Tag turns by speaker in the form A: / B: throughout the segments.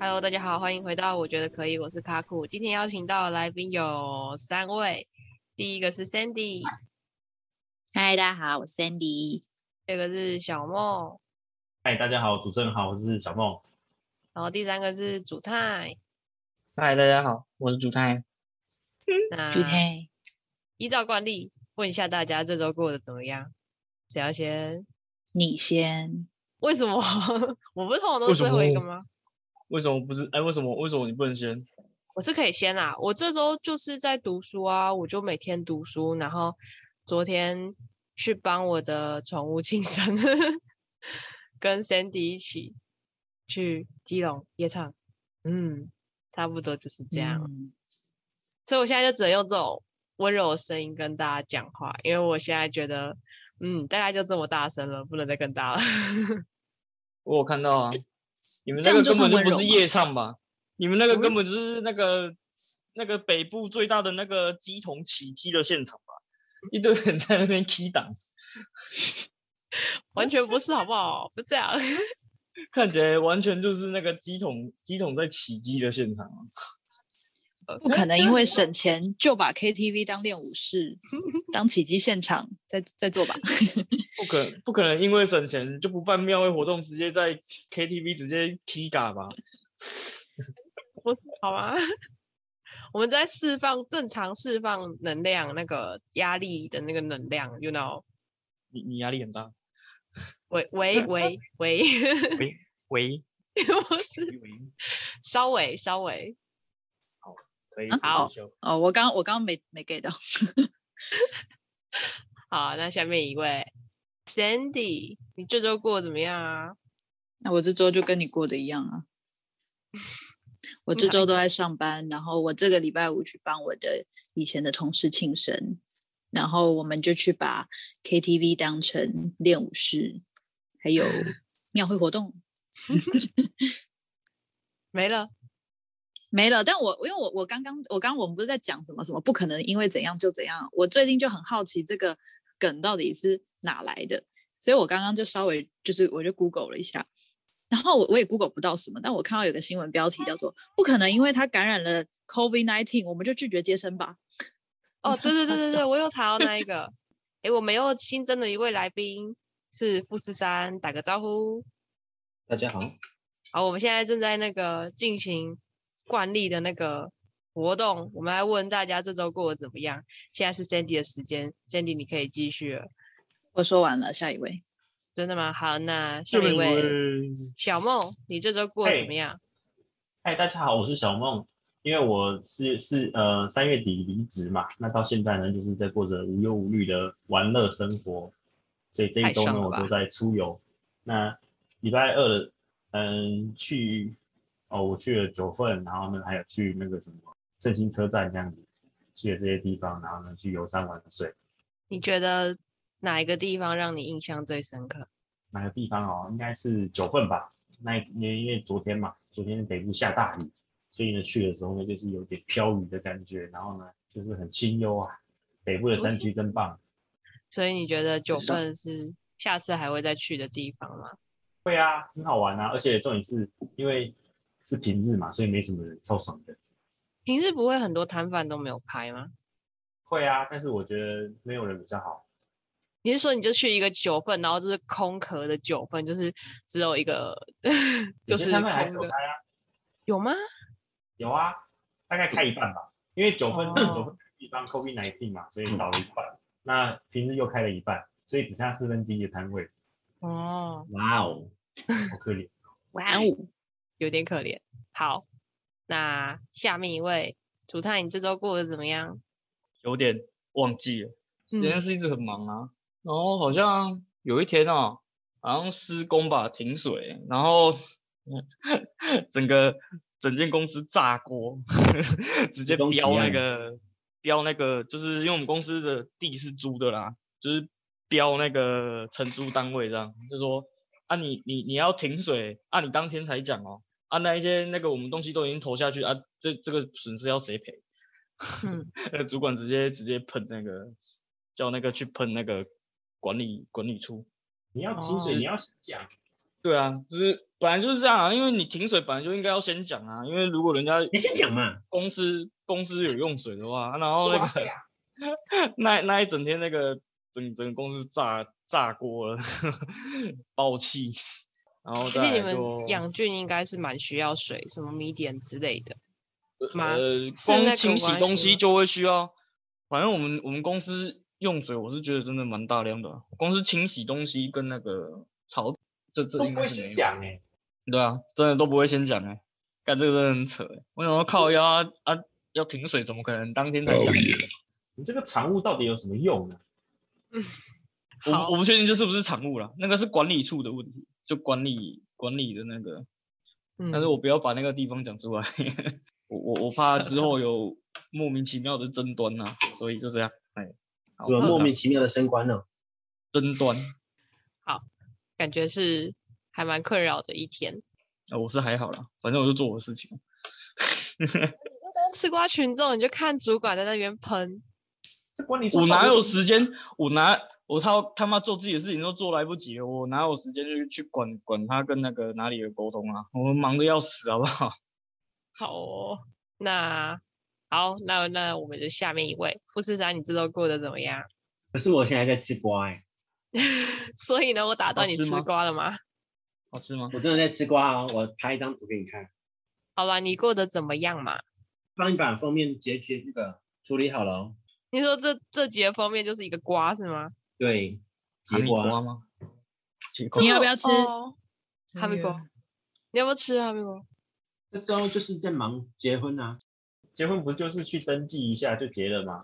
A: Hello，大家好，欢迎回到我觉得可以，我是卡酷。今天邀请到的来宾有三位，第一个是 Sandy，
B: 嗨，大家好，我是 Sandy。
A: 第二个是小梦，
C: 嗨，哎大家好，主持人好，我是小梦。
A: 然后第三个是主太。
D: 嗨，大家好，我是主太。
A: 那
B: 主太，
A: 依照惯例，问一下大家这周过得怎么样？谁要先？
B: 你先，
A: 为什么？ 我不是通常都是
D: 为什
A: 最
D: 么
A: 后一个吗？
D: 为什么不是？哎，为什么？为什么你不能先？
A: 我是可以先啦，我这周就是在读书啊，我就每天读书，然后昨天去帮我的宠物庆生，跟 Sandy 一起去基隆夜唱，嗯，差不多就是这样。
B: 嗯
A: 所以我现在就只能用这种温柔的声音跟大家讲话，因为我现在觉得，嗯，大概就这么大声了，不能再更大了。
D: 我有看到啊，你们
B: 这
D: 那
B: 样
D: 个
B: 就
D: 根本
B: 算
D: 就不
B: 温
D: 是
B: 柔啊吗
D: 夜唱吧？你们那个
A: 我
D: 根本就是那个那个北部最大的那个鸡同起鸡的现场吧？一堆人在那边 key 档，
A: 完全不是，好不好？不这样，
D: 看起来完全就是那个鸡桶鸡桶在起鸡的现场啊。
B: 不可能因为省钱就把 KTV 当练舞室，当起机现场再再做吧。
D: 不可不可能因为省钱就不办庙会活动，直接在 KTV 直接 key 嘎吧？
A: 不是好吗？ 我们在释放正常释放能量，那个压力的那个能量，you know，
D: 你你压力很大。
A: 喂喂喂喂，
D: 喂 喂
A: 不是
D: 喂，
A: 稍微稍微
D: 可以
B: 啊
A: 好
D: 退休
B: 哦，我刚我刚没没 get 到，
A: 好。那下面一位 Sandy，你这周过得怎么样啊？
B: 那我这周就跟你过的一样 啊。我这周都在上班，然后我这个礼拜五去帮我的以前的同事庆生，然后我们就去把 KTV 当成练舞室，还 有庙会活动。
A: 没了，
B: 没了，但我因为我我刚刚我刚刚我们不是在讲什么什么不可能因为怎样就怎样，我最近就很好奇这个梗到底是哪来的，所以我刚刚就稍微就是我就 Google 了一下，然后我我也 Google 不到什么，但我看到有个新闻标题叫做“不可能因为他感染了 COVID 1 9我们就拒绝接生吧
A: 哦，对对对对对，我又查到那一个，诶，我们又新增了一位来宾是富士山，打个招呼。
C: 大家好，
A: 好，我们现在正在那个进行惯例的那个活动，我们来问大家这周过得怎么样。现在是 Sandy 的时间，Sandy 你可以继续了。”。
B: 我说完了，下一位。
A: 真的吗？好，那下一位小梦，你这周过得怎么
C: 嘿
A: 样？
C: 嗨，哎大家好，我是小梦。因为我是是呃三月底离职嘛，那到现在呢，就是在过着无忧无虑的玩乐生活，所以这
A: 太
C: 一周
A: 爽
C: 呢，
A: 了
C: 我
A: 吧
C: 都在出游。那礼拜二的，嗯，去哦，我去了九份，然后呢，还有去那个什么振兴车站这样子，去了这些地方，然后呢，去游山玩水。
A: 你觉得哪一个地方让你印象最深刻？
C: 哪个地方哦？应该是九份吧。那因为因为昨天嘛，昨天北部下大雨，所以呢去的时候呢，就是有点飘雨的感觉，然后呢就是很清幽啊。北部的山区真棒。
A: 所以你觉得九
B: 知道
A: 份是下次还会再去的地方吗？
C: 会啊，很好玩啊，而且重点是因为是平日嘛，所以没什么人，超爽的。
A: 平时不会很多摊贩都没有开吗？
C: 会啊，但是我觉得没有人比较好。
A: 你是说你就去一个九份，然后就是空壳的九份，就是只有一个， 就
C: 有些
A: 是
C: 摊
A: 空
C: 贩还是有开
A: 的，
C: 啊，
A: 有吗？
C: 有啊，大概开一半吧，因为九份、
A: 哦
C: 九份地方 COVID 1 9嘛，所以倒了一半，那平日又开了一半，所以只剩下四分之一的摊位，
A: 哦，
C: 哇哦，好可怜。
B: 哇
D: 哎
B: 哦，
A: 有点可怜。好，那下面一位主太，你这周过得怎么样？
D: 有点忘记了，实
A: 嗯
D: 验室一直很忙啊。然后好像有一天哦，好像施工吧停水，然后 整个整间公司炸锅， 直接
C: 施工起
D: 标那
C: 案
D: 个标那个，就是因为我们公司的地是租的啦，就是标那个承租单位这样，就说啊你你你要停水啊，你当天才讲哦。啊，那一些那个我们东西都已经投下去啊，这这个损失要谁赔？
A: 嗯，
D: 那个主管直接直接喷那个，叫那个去喷那个管理管理处。
C: 你要清水，
A: 哦
C: 你要想讲，
D: 对啊，就是本来就是这样啊，因为你停水本来就应该要先讲啊，因为如果人家
C: 你先讲嘛，
D: 公司公司有用水的话，啊然后
A: 哇
D: 那个
C: 啊
A: 塞
D: 那那一整天那个整整个公司炸炸锅了， 爆气，然后
A: 而且
D: 再
A: 你
D: 来就
A: 们养菌应该是蛮需要水，什么米碘之类的吗？
D: 呃，
A: 是那
D: 光
A: 个
D: 清洗
A: 关
D: 东
A: 系
D: 西
A: 吗
D: 就会需要，反正我们我们公司用水，我是觉得真的蛮大量的啊、光是清洗东西跟那个草，这这
C: 都
D: 应
C: 不
D: 该
C: 会
D: 是
C: 先
D: 没有
C: 讲哎，
D: 对啊，真的都不会先讲哎、欸，干这个真的很扯哎、我想说靠腰啊啊，要停水怎么可能当天才
C: 哦
D: 讲？
C: 你这个产物到底有什么用呢？
D: 我
A: 好
D: 不我不确定这是不是产物啦，那个是管理处的问题，就管理管理的那个，但是
A: 嗯
D: 我不要把那个地方讲出来， 我我我怕之后有莫名其妙的争端呐、所以就这样，哎，好
C: 什么莫名其妙的升官呢？
D: 争端、
A: 感觉是还蛮困扰的一天。
D: 啊，我是还好啦，反正我就做我的事情。
A: 吃瓜群众，你就看主管在那边喷，
C: 这管理处
D: 我哪
C: 到底
D: 有时间？我哪我他他妈做自己的事情都做来不及了，我哪有时间去去管管他跟那个哪里的沟通啊？我们忙得要死，好不好？
A: 好哦。那好，那那我们就下面一位富士山，你这周过得怎么样？
C: 可是我现在在吃瓜哎、
A: 所以呢，我打断你
D: 是
A: 吃
D: 吗
A: 瓜了吗？
D: 好吃吗？
C: 我真的在吃瓜啊！我拍一张图给你看，
A: 好啦，你过得怎么样嘛？
C: 帮你把封面结局那个处理好了哦。
A: 你说这这节封面就是一个瓜是吗？
C: 对，
D: 哈
C: 结
D: 密
C: 果
D: 瓜
C: 啊
D: 吗？结
A: 这
D: 果啊
B: 你
A: 么
B: 要不要吃嗯
A: 哦哈密
B: 那
A: 瓜
B: 个
A: 你要不要吃哈密瓜？
C: 这周就是在忙结婚啊。结婚不就是去登记一下就结了吗？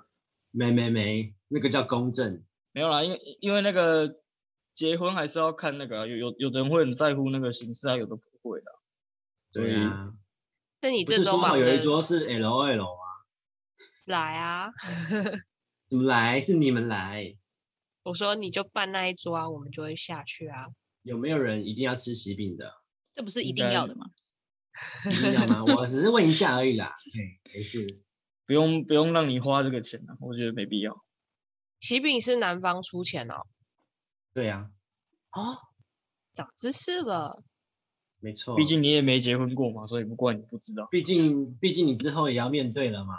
C: 没没没，那个叫公证。
D: 没有啦，因为因为那个结婚还是要看那个啊、有有有的人会很在乎那个形式啊，有的不会的。
C: 对啊，
A: 那你
C: 不
A: 这
C: 是
A: 周
C: 说好
A: 忙
C: 有一
A: 的
C: 桌是 L O L 啊？
A: 来啊！
C: 怎么来？是你们来？
A: 我说你就办那一桌啊，我们就会下去啊。
C: 有没有人一定要吃喜饼的？
B: 这不是一
D: 应
B: 定
D: 该
B: 要的吗？
C: 你知道 吗？啊我只是问一下而已啦。对，没事。
D: 不用不用让你花这个钱啊，我觉得没必要。
A: 哦喜饼是男方出钱哦。
C: 对啊，
A: 哦，长知识了。
C: 没错。
D: 毕竟你也没结婚过嘛，所以不怪你不知道。
C: 毕竟毕竟你之后也要面对了嘛，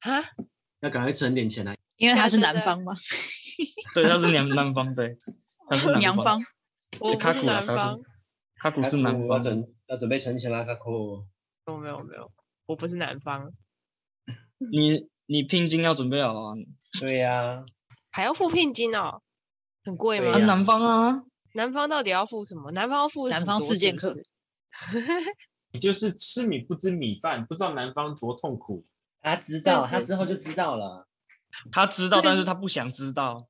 A: 哈，
C: 要赶快存点钱来。
B: 因为
A: 对啊
B: 他是
A: 真的
B: 男方嘛，
D: 对，他是娘 男方，对，他是
B: 娘
D: 方。
B: 方。
A: 我不
D: 卡
A: 是
D: 古啊
A: 男
D: 卡古
A: 方，
D: 他不是男
C: 要
D: 方，
C: 准要准备存钱啦，卡酷。
A: 哦没有没有没有，我不是男方，
D: 你你聘金要准备好啊，
C: 对呀、
A: 还要付聘金哦，很贵
C: 对
A: 吗？
D: 啊
C: 呀
D: 男方啊，
A: 男方到底要付什么？男方要付
B: 男
A: 很
B: 方
A: 多
B: 四
A: 是
B: 剑
A: 不
B: 客
A: 是
C: 你就是吃米不知米饭，不知道南方多痛苦。他知
A: 但
C: 道，他
A: 是
C: 之后就知道了。
D: 他知道，
A: 这个
D: 但是他不想知道。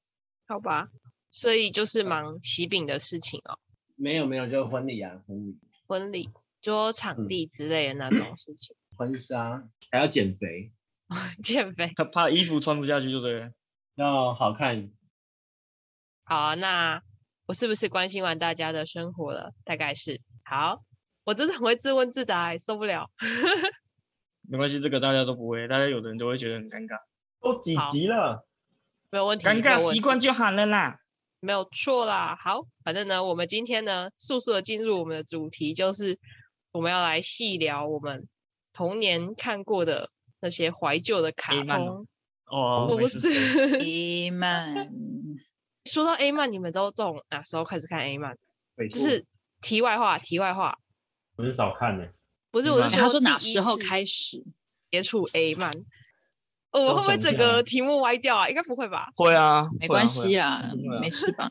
A: 好吧？所以就是忙喜饼的事情哦，
C: 没有没有，就是婚礼啊，婚礼、
A: 婚礼、桌场
C: 嗯
A: 地之类的那种事情，
C: 婚纱，还要减肥，
A: 减肥。
D: 他怕衣服穿不下去，就对了。
C: 要哦好看。
A: 好啊、那我是不是关心完大家的生活了？大概是好，我真的很会自问自答、欸，受不了。
D: 没关系，这个大家都不会，大家有的人都会觉得很尴尬，
C: 都几
A: 好
C: 集了，
A: 没有问题，
D: 尴
A: 没有
D: 尬
A: 问
D: 习
A: 题
D: 惯就好了啦。
A: 没有错啦。好，反正呢，我们今天呢，速速的进入我们的主题，就是我们要来细聊我们童年看过的那些怀旧的卡
D: 黑曼哦
A: 通。
D: 哦，
A: 我
D: 没
A: 不
D: 事
A: 是
B: 伊 曼，
A: 说到 A 漫，你们都从哪时候开始看 A 漫？
C: 尾
A: 就
C: 数
A: 是题外话，题外话，
C: 我很少看呢、
A: 不是
D: 明
A: 我
D: 白
A: 是
B: 他说哪
A: 第一
B: 时候
A: 次
B: 开始？
A: 接触 A 漫？我们
D: 哦
C: 我
A: 会不会
C: 想一
A: 整
C: 下
A: 个
C: 啊
A: 题目歪掉啊？应该不会吧？
D: 会 啊，
B: 没
D: 会啊
B: 关系。
D: 会啊
B: 啊
D: 会啊，
B: 没事吧？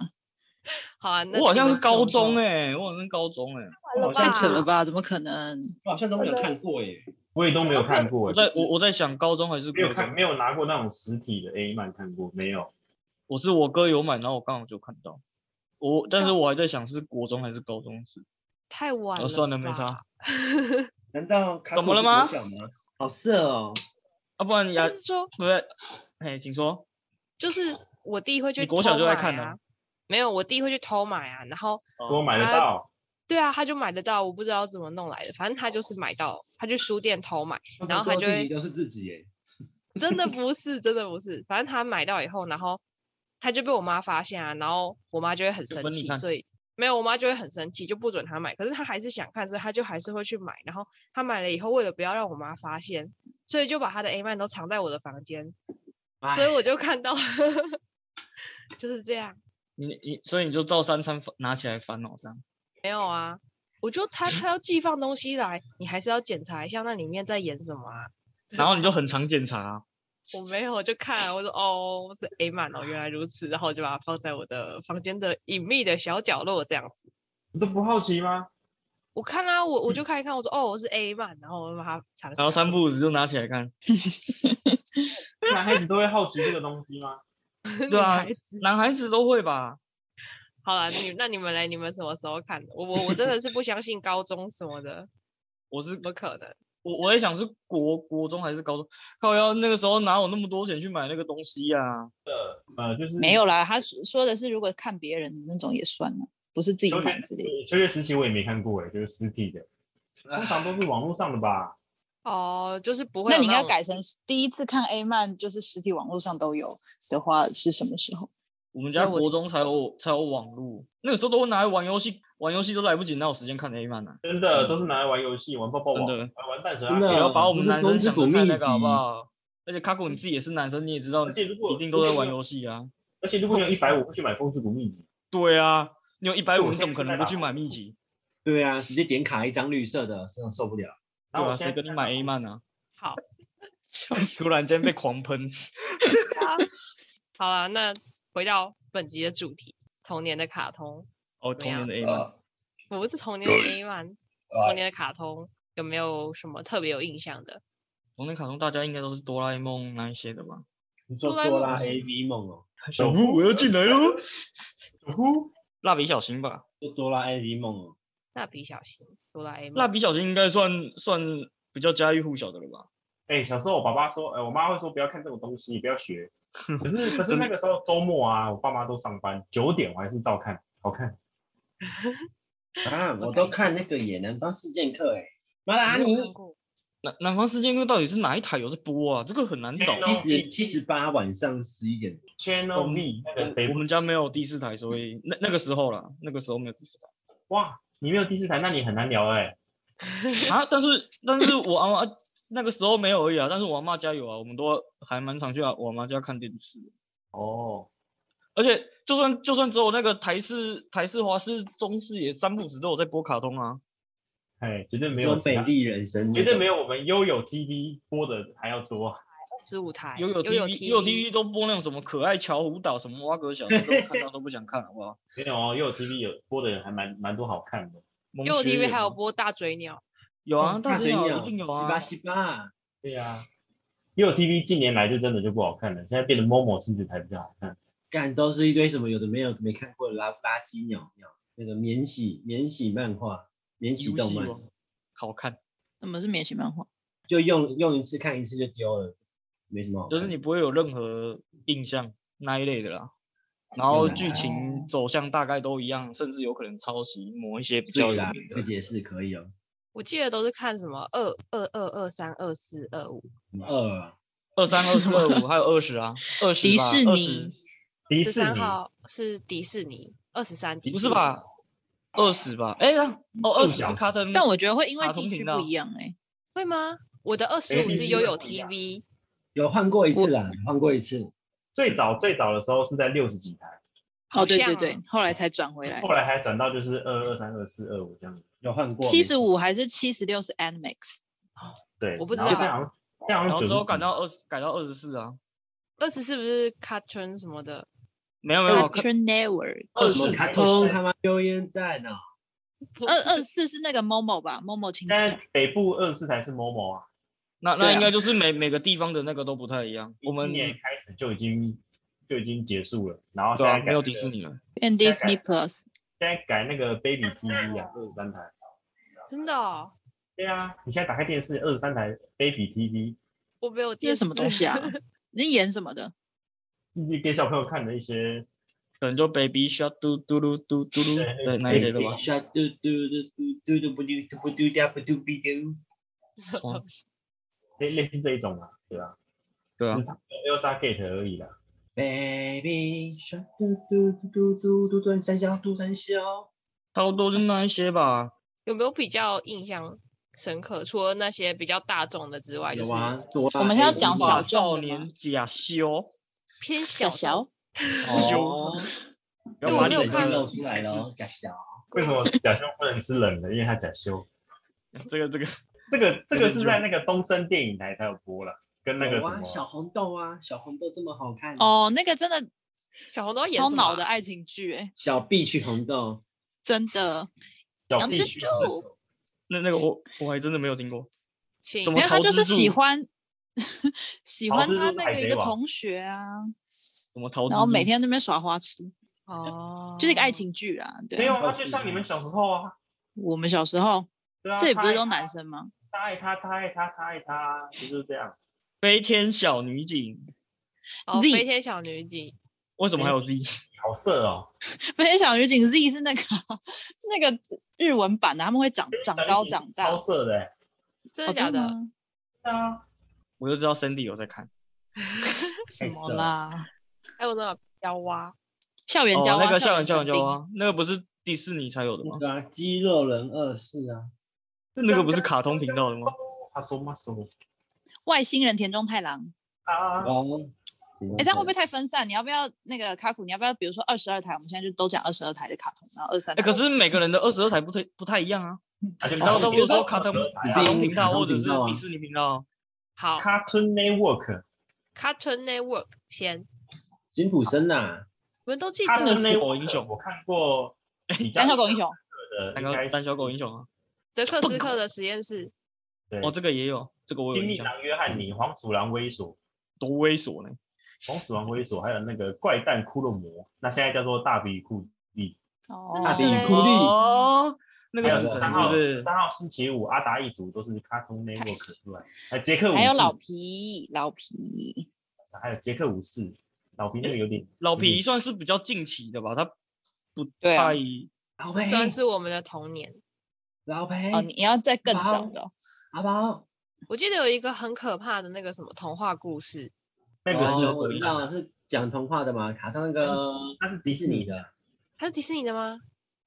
A: 好啊，那
D: 我好
A: 你
D: 像
A: 们
D: 是高
A: 什么
D: 中
A: 时候
D: 哎，我好像是高中哎，
A: 完了
C: 我好
B: 太
C: 像
A: 吧
B: 扯了吧？怎么可能？
C: 我好像都没有看过耶、我也都没有看过
D: 我
C: 耶、
D: 在我我在想高中还是
C: 没
D: 国
C: 有看，
D: 中，
C: 没有拿过那种实体的哎 A 漫看过，没有。
D: 我是我哥有买，然后我刚好就看到。我但是我还在想是国中还是高中时，
A: 太晚
D: 哦
A: 了，
D: 算了没差。
C: 难道卡
D: 怎么了吗
C: 是国小吗好色哦！
D: 啊不然牙
A: 但是说，
D: 不对，哎，请说。
A: 就是我弟会去
D: 你国小
A: 偷
D: 就在
A: 买
D: 看了
A: 啊，没有，我弟会去偷买啊，然后
E: 哦
C: 我
D: 哦
C: 买得
A: 他
C: 到，
A: 对啊，他就买得到，我不知道怎么弄来的，反正他就是买到，他去书店偷买，然后他就会
C: 都是自己耶、
A: 真的不是，真的不是，反正他买到以后，然后他就被我妈发现啊，然后我妈就会很
D: 就
A: 生
D: 分你
A: 气，
D: 看
A: 所以没有，我妈就会很生气，就不准她买。可是她还是想看，所以她就还是会去买。然后她买了以后，为了不要让我妈发现，所以就把她的 A 漫都藏在我的房间，所以我就看到了，就是这样。
D: 你你，所以你就照三餐翻拿起来翻哦，这样。
A: 没有啊，我就他他要寄放东西来，你还是要检查一下那里面在演什么啊。
D: 然后你就很常检 查、啊，
A: 我没有，我就看啊，我说哦是 A 满哦，原来如此，然后我就把它放在我的房间的隐秘的小角落这样子。
E: 你都不好奇吗？
A: 我看啊，我我就看一看，我说哦我是 A 满，然后我就把它藏起来。
D: 嗯然后 三不五时就拿起来看。
E: 男孩子都会好奇这个东 西吗？
D: 对啊
A: 女孩子，
D: 男孩子都会吧？
A: 好啦，你那你们来，你们什么时候看的？我我我真的是不相信高中什么的，
D: 我是
A: 怎么可能？
D: 我我也想是国国中还是高中？靠腰那个时候哪有那么多钱去买那个东西啊？
E: 呃，就是
B: 没有啦，他说说的是如果看别人的那种也算了，不是自己
E: 秋
B: 买
E: 月
B: 之类的。
E: 秋月时期我也没看过哎，就是实体的，通常都是网络上的吧？
A: 哦，就是不会
B: 那
A: 有
B: 你应该
A: 种
B: 改成第一次看 A 漫，就是实体网络上都有的话是什么时候？
D: 我们家
A: 那我
D: 国中才有才有网络，那个时候都拿来玩游戏，玩游戏都来不及，哪有时间看 A 漫呢、啊
E: 真的都是拿来玩游戏、玩抱抱网、
D: 真的
E: 玩玩蛋
D: 不
E: 神
C: 真
E: 啊。
C: 的
D: 要把我们
C: 就是
D: 男生
C: 风之
D: 想
C: 谷
D: 的太
C: 秘
D: 那个好
C: 籍
D: 不好？而且卡古你自己也是男生，你也知道
E: 而且如果
D: 一定都在玩游戏啊。
E: 而且如果你有一百五去买《风之谷秘籍
D: 对啊，你有一百
E: 是我
D: 五，你
E: 现
D: 怎
E: 在
D: 么可
E: 是
D: 能
E: 在
D: 不
E: 打
D: 去买
E: 工
D: 秘
E: 作
D: 籍？
C: 对啊，直接点卡一张绿色的，真的受不了。》，
D: 对
E: 然后我
D: 啊，
E: 现在
D: 谁跟你买 A 漫啊？
A: 好
D: 突然间被狂喷，
A: 啊好啊，那回到本集的主题，童年的卡通，
D: 哦，
A: 怎么
D: 童
A: 样
D: 年的 A 漫。
A: 不是童年的 A 漫，
D: 哎
A: 童年的卡通有没有什么特别有印象的？
D: 童年卡通大家应该都是哆啦 A 梦那一些的吧？
C: 你说
A: 哆啦 A
C: 哆
A: 梦
C: 啦
A: 是
C: A V 梦哦，
D: 小夫，我要进来喽！
E: 小夫，
D: 蜡笔小新吧，
C: 就哆啦 A V 梦 哦。
A: 蜡笔小新、哆啦 A
D: 蜡
A: 梦，
D: 笔小新应该算算比较家喻户晓的了吧？
E: 哎，小时候我爸爸说，哎，我妈会说不要看这种东西，不要 学。可是可是那个时候周末啊，我爸妈都上班，九点我还是照看，好看。
C: 啊，
A: 我
C: 我都
A: 看一
C: 看那个《野南方四剑客》哎，马
A: 我
C: 达
A: 没
C: 尼
A: 有看过
D: 南南方四剑客到底是哪一台有在播啊？这个很难找。
E: 天龙
C: 七十七十八晚上十一点，
D: 我
E: Channel
D: 们
E: V 那个北
D: 我
E: 部
D: 我们家没有第四台，所以那那个时候啦，那个时候没有第四台
E: 哇，你没有第四台，那你很难聊哎。
D: 啊。但是但是我阿妈那个时候没有而已啊，但是我阿妈家有啊，我们都还蛮常去啊我阿妈家看电视。
E: 哦，
D: 而且就算就算只有那个台式台式、华式、中式也三不五时都有在播卡通啊。
E: 哎，绝对没有
C: 说
E: 其
C: 美
E: 他，
C: 丽人生，
E: 绝对没有我们悠悠 TV 播的还要啊多。
A: 十五台，
D: 有有
A: 悠悠
D: TV 有 TV 都播那种什么可爱乔舞蹈什么蛙哥小子，都看到都不想看，好不好？
E: 没有哦，悠悠 TV 有播的人还蛮蛮多好看的。
D: 萌
A: 悠悠
D: 学
A: TV
D: 园
A: 还有
D: 吗
A: 播大嘴鸟，
D: 有啊，
C: 大
D: 大
C: 嘴
D: 嘴鸟
C: 鸟
D: 一定有
C: 西巴
D: 啊。
C: 西巴，
E: 对呀、啊，悠悠 TV 近年来就真的就不好看了，现在变得 MOMO 亲子台比较好看。
C: 干都是一堆什么有的没有没看过的垃垃圾鸟鸟，那个免洗免洗漫画，免洗
D: 游
C: 动
D: 戏
C: 漫，
D: 王好看，
B: 什么是免洗漫画？
C: 就用用一次看一次就丢了，没什么好看。
D: 就是你不会有任何印象那一类的啦。然后
C: 对啊
D: 剧情走向大概都一样，甚至有可能抄袭某一些比较
C: 对
D: 有
C: 啦
D: 名，
C: 这
D: 的。
C: 解释可以哦。
A: 我记得都是看什么二二二二三二四二五，
D: 嗯
C: 二啊
D: 二三、二四、二五，还有二十啊，二十
B: 迪
D: 吧
B: 士，
D: 二十
B: 尼
E: 迪
A: 十
E: 士
A: 三
E: 尼，
A: 号是迪士尼，二十三迪
D: 不
A: 士
D: 是
A: 尼？
D: 吧？二十吧？哎呀，哦，二
E: 数
D: 十是
E: 小
D: 卡特，
B: 但我觉得会因为
D: 卡通
B: 地区
D: 频
B: 不
D: 道
B: 一样哎、
A: 会吗？我的二十五
E: 没
A: 是
E: 有
A: 悠悠
E: 不一样
A: TV，
C: 有换过一次啦，有换过一次。
E: 最早最早的时候是在六十几台，
A: 好
B: 哦，对
A: 像
B: 对
A: 哦
B: 对，后来才转回来
E: 后。来还转到就是二二三二四二五这样子。
C: 有换过
B: 七十五还是七十六是 Animax，
E: 对，
A: 我不知
E: 然后
A: 道
E: 现在好像现在好
D: 然
E: 像
D: 后
E: 九
D: 之后改
E: 十
D: 到二十，改到二十四啊。
A: 二十是不是 Cartoon 什么的？
D: 没有没有，看
B: Cartoon Network。
E: 二
C: 什么
E: 十
C: 卡通他妈丢烟弹啊！
B: 二二四是那个 Momo 吧，Momo 亲
E: 现
B: 子
E: 在
B: 台。
E: 北部二十四台是 MOMO 啊，
D: 那
B: 对
D: 那应
B: 啊
D: 该就是每每个地方的那个都不太一样。我们
E: 今年开始就已经就已经结束了，然后
D: 对
E: 现在
D: 啊，
E: 改
D: 没有
E: 那
D: 迪士
E: 个
D: 尼了。
B: 变 Disney Plus，
E: 现在改那个 Baby TV 啊，二十三台。
A: 真的哦，
E: 对啊，你现在打开电视，二十三台 Baby TV，
A: 我没有
B: 这
A: 电
B: 是什么东
A: 视
B: 西啊？ 那演什么的？
E: 你给小朋友看的一些，
D: 可能就 Baby Shark 嘟嘟噜嘟嘟噜，
E: 对
D: 对那一类的 吧。
C: 刷嘟嘟嘟嘟嘟嘟不嘟嘟不嘟嘟不嘟比嘟。
A: 什么
D: 哦
A: 东西
E: 类类似这一种啊，对吧、
D: 对
E: 啊？
D: 啊
E: 只，差 Elsa Gate 而已啦。
C: Baby 刷嘟嘟嘟嘟嘟嘟转三小嘟三小，
D: 差不多就那一些吧。
A: 有没有比较印象深刻？除了那些比较大众的之外，就
C: 有
A: 是
C: 啊，多拉
B: 我们现在要
C: 黑
B: 讲
C: 头
B: 小
C: 发
D: 少
B: 众的
D: 年
B: 吗
D: 假修，
A: 偏
B: 小
A: 小
B: 小
A: 众。
C: 哦，
D: 不
A: 对
D: 要把
A: 我
D: 你
A: 没有
D: 的
C: 已经
A: 看
D: 这
C: 露
D: 个
C: 出来了哦，改小。
E: 为什么假修不能吃冷的？因为它假修。
D: 这个这 个
E: 这个这
D: 有
E: 个
D: 点
E: 是在那个东森电影台才有播了，跟那个
C: 有
E: 什
C: 啊，
E: 么
C: 小红豆啊，小红豆这么好看，
B: 哦，那个真的
A: 小红都演
B: 超
A: 什么
B: 脑
A: 啊
B: 的爱情剧，哎，
C: 小碧去红豆，
B: 真的。
E: 小
B: 杨
E: 碧
B: 珍
E: 须
B: 珠
E: 红豆
D: 那那个我我还真的没有听过。
A: 请
D: 什么
B: 没有，他
D: 桃
B: 就是
D: 之
B: 喜
D: 助
B: 欢喜
E: 桃
B: 欢
E: 之
B: 他
E: 助是
B: 那
E: 海
B: 个一
E: 贼
B: 个
E: 王
B: 同学啊，
D: 什么桃之
B: 然后每
D: 助
B: 天在那边耍花痴，
A: 哦，
B: 就是一个爱。情剧啊。
E: 没
B: 对
E: 有
B: 啊，
E: 啊，就像你们小时候啊，
B: 我们小时候
E: 对啊，
B: 这里不是
E: 他
B: 都
E: 爱
B: 男生吗？
E: 他爱他，他爱他，他爱他，就是这样。
D: 飞天小女警，
A: 哦，
B: Z
A: 飞天小女警，
D: 为什么还有 Z？
B: 嗯
E: 好色哦，
B: 飞天小女警 Z 是那个是那个日文版的，他们会长长高长大
E: 超。色的、欸。
A: 真
B: 哦
A: 的假
B: 真的
A: 的？
B: 吗
E: 对啊，
D: 我就知道 Cindy 有在看。
B: 什
C: 太
B: 么
C: 色了
B: 啦？
A: 还有那种娇娃，
B: 校园
D: 哦，
B: 交
D: 那
B: 往，
D: 个校园
B: 交往
D: 教园教啊，那个不是迪士尼才有的吗
C: 那？个啊，肌肉人二世啊，
D: 那个不是卡通频道的吗？
E: 他说嘛什么
B: 外星人田中太郎。
E: 啊？
C: 哦，
B: 哎，这样会不会太分散？你要不要那个卡古？你要不要比如说二十二台？我们现在就都讲二十二台的卡通，然后二三
D: 哎、。可是每个人的二十二台不太不太一样啊。
E: 而且
D: 你到到
B: 哦比如
D: 不是
B: 说
D: 说卡通
C: 比
D: 卡通频道
C: 卡通
D: 或者是
C: 频道啊
D: 迪士尼频道，
A: 好
E: ，Cartoon Network，Cartoon
A: ，Cartoon Network 先，
C: 辛普森呐，
A: 你们都记
D: 真的
A: 得
D: 是
E: Network
D: 狗英雄
E: 我看过比较
B: 胆小
E: 深刻的。
B: 狗英雄，
D: 那个胆小狗英雄啊。
A: 德克斯克的实验室，
E: 对
D: 哦，这个也有，这个我有
E: 金
D: 印
E: 密
D: 象。
E: 郎约翰尼、黄鼠狼猥琐、
D: 多猥琐呢？
E: 黄鼠狼猥琐，还有那个怪诞骷髅魔，那现在叫做大比库利。
A: 真
C: 大
A: 的
C: 比
A: 嘞
C: 库利，
D: 哦，那个
E: 还有
D: 是
E: 十
C: 神
D: 神
E: 三
D: 是
E: 号
D: 不
E: 十
D: 是？
E: 三号星期五，阿达一族都是 Cartoon Network 出来，还有杰克武士，
B: 还有老皮，老皮，
E: 还有杰克武士，老皮那个有点
D: 老皮算是比较近期的吧，他不
B: 对啊
D: 太
C: 老裴，
A: 算是我们的童年。
C: 老裴，
D: 哎
B: 哦，你要再更早的哦，
C: 阿宝，
A: 我记得有一个很可怕的那个什么童话故事，
E: 那个
C: 哦
E: 是
C: 我知道是讲童话的嘛，卡通那个
E: 它是迪士尼的，
C: 的，
A: 它是迪士尼的吗？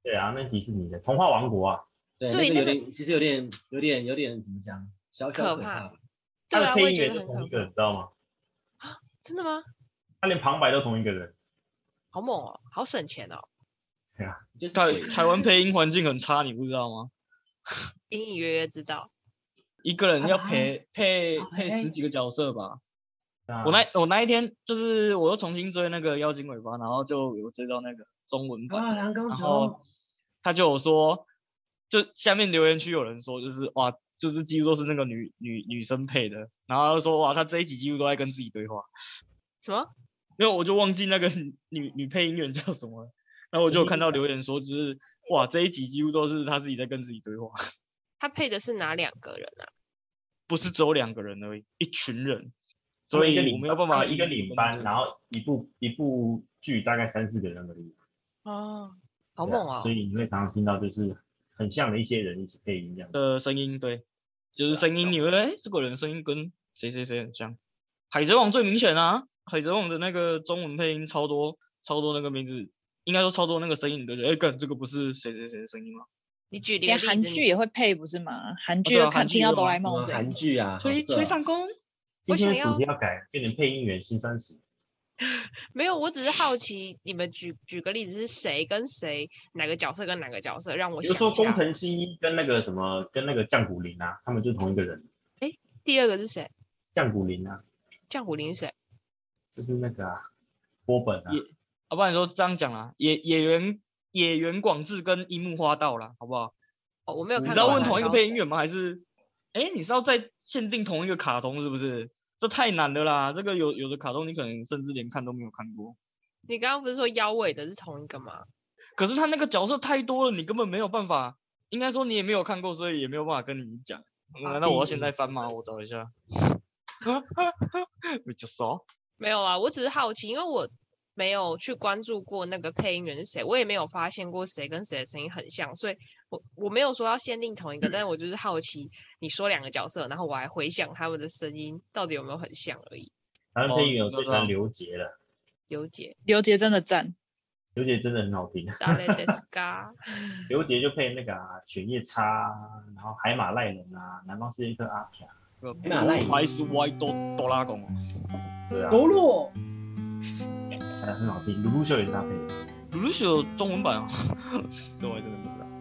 E: 对啊，那是迪士尼的童话王国啊，
C: 对，
A: 对
C: 那个有
A: 那个
C: 点，其实有点，有点，有点怎么讲，小小
A: 可怕
C: 怕吧，
E: 它
A: 对
E: 的
A: 啊，我
E: 配
A: 也
E: 音
A: 觉得
E: 员
A: 很
E: 是同
A: 可
E: 一个
A: 怕
E: 人，。知道吗？
A: 真的吗？
E: 他连旁白都同一个人，
A: 好猛哦，好省钱哦，
C: 就是
D: 台
C: 鬼
D: 台湾配音环境很差，你不知道吗？
A: 隐隐约约知道。
D: 一个人要
C: 啊
D: 配配
C: 啊
D: 配
C: 哎
D: 十几个角色吧。
E: 啊
D: 我那我那一天就是我又重新追那个《妖精尾巴》，然后就有追到那个中文版，
C: 啊，蓝公
D: 然
C: 主，
D: 后哦他就有说，就下面留言区有人说，就是哇，就是几乎都是那个女女女生配的，然后他就说哇，他这一集几乎都在跟自己对话，
A: 什么？
D: 因为我就忘记那个女女配音员叫什么了，然后我就有看到留言说，就是哇，这一集几乎都是他自己在跟自己对话，
A: 他配的是哪两个人啊？
D: 不是只有两个人而已，一群人，所
E: 他们一个
D: 以
E: 领
D: 我没有办法
E: 他们一个
D: 一一
E: 领
D: 分
E: 班，
D: 成
E: 然后一部一部剧大概三四个人而已，
A: 哦，好
E: 对啊
A: 猛哦
E: 所！以你会常常听到就是很像的一些人一起配音这样。
D: 的声音，对，就是
E: 对啊
D: 声音，你会哎，这个人声音跟谁谁谁很像。海贼王最明显啊，海贼王的那个中文配音超多超多那个名字，应该说超多那个声音，你都觉得哎，干这个不是谁谁谁的声音吗？
A: 你举例
B: 连韩剧也会配不是吗？韩剧又
D: 啊
B: 看
D: 韩剧
B: 听到
D: 有
B: 哆
D: 啊
B: 啦 A 梦
C: 嗯
B: 声
C: 韩
B: 音，
C: 剧啊，
D: 吹
C: 好色
D: 吹
C: 啊
D: 上宫，
E: 今天的
A: 我想要
E: 主题要改，变成配音员辛酸史。
A: 没有，我只是好奇，你们举举个例子是谁跟谁，哪个角色跟哪个角色，让我
E: 比
A: 想
E: 如说
A: 一
E: 工
A: 下。
E: 藤新一跟那个什么跟那个降谷林啊，他们就是同一个人。
A: 第二个是谁？
E: 降谷林啊，
A: 降虎林是谁？
E: 就是那个啊，波本啊，
D: 也要、不然说这样讲啦，野野原野原广志跟樱木花道啦，好不好？
A: 哦，我没有
D: 你
A: 看
D: 是
A: 到
D: 要
A: 我
D: 问
A: 哪
D: 同一个
A: 高
D: 配
A: 手
D: 音员吗？还是哎，你是要再限定同一个卡通是不是？这太难了啦，这个有有的卡通你可能甚至连看都没有看过。
A: 你刚刚不是说腰尾的是同一个吗？
D: 可是他那个角色太多了，你根本没有办法，应该说你也没有看过，所以也没有办法跟你讲。难道我要现在翻吗？我找一下。 比较少，
A: 没有啊，我只是好奇，因为我没有去关注过那个配音员是谁，我也没有发现过谁跟谁的声音很像，所以我我没有说要限定同一个，
D: 嗯
A: 但是我就是好奇你说两个角色，然后我还回想他们的声音到底有没有很像而已。
E: 台湾配音员我
D: 哦你
E: 最
D: 知
E: 喜
D: 道
E: 欢刘杰了。
A: 有解，
B: 刘杰真的赞，
E: 刘姐真的很好听，
A: 打雷的 ska，
E: 刘姐就配那个啊犬夜叉啊，然后海马赖人啊，南方四剑客阿飘，
C: 哪来
D: 还是歪多多拉贡哦，
E: 对啊，
C: 多洛，
E: 很好听。鲁鲁修也搭配的，
D: 鲁鲁修中文版啊，这我还真的不知道。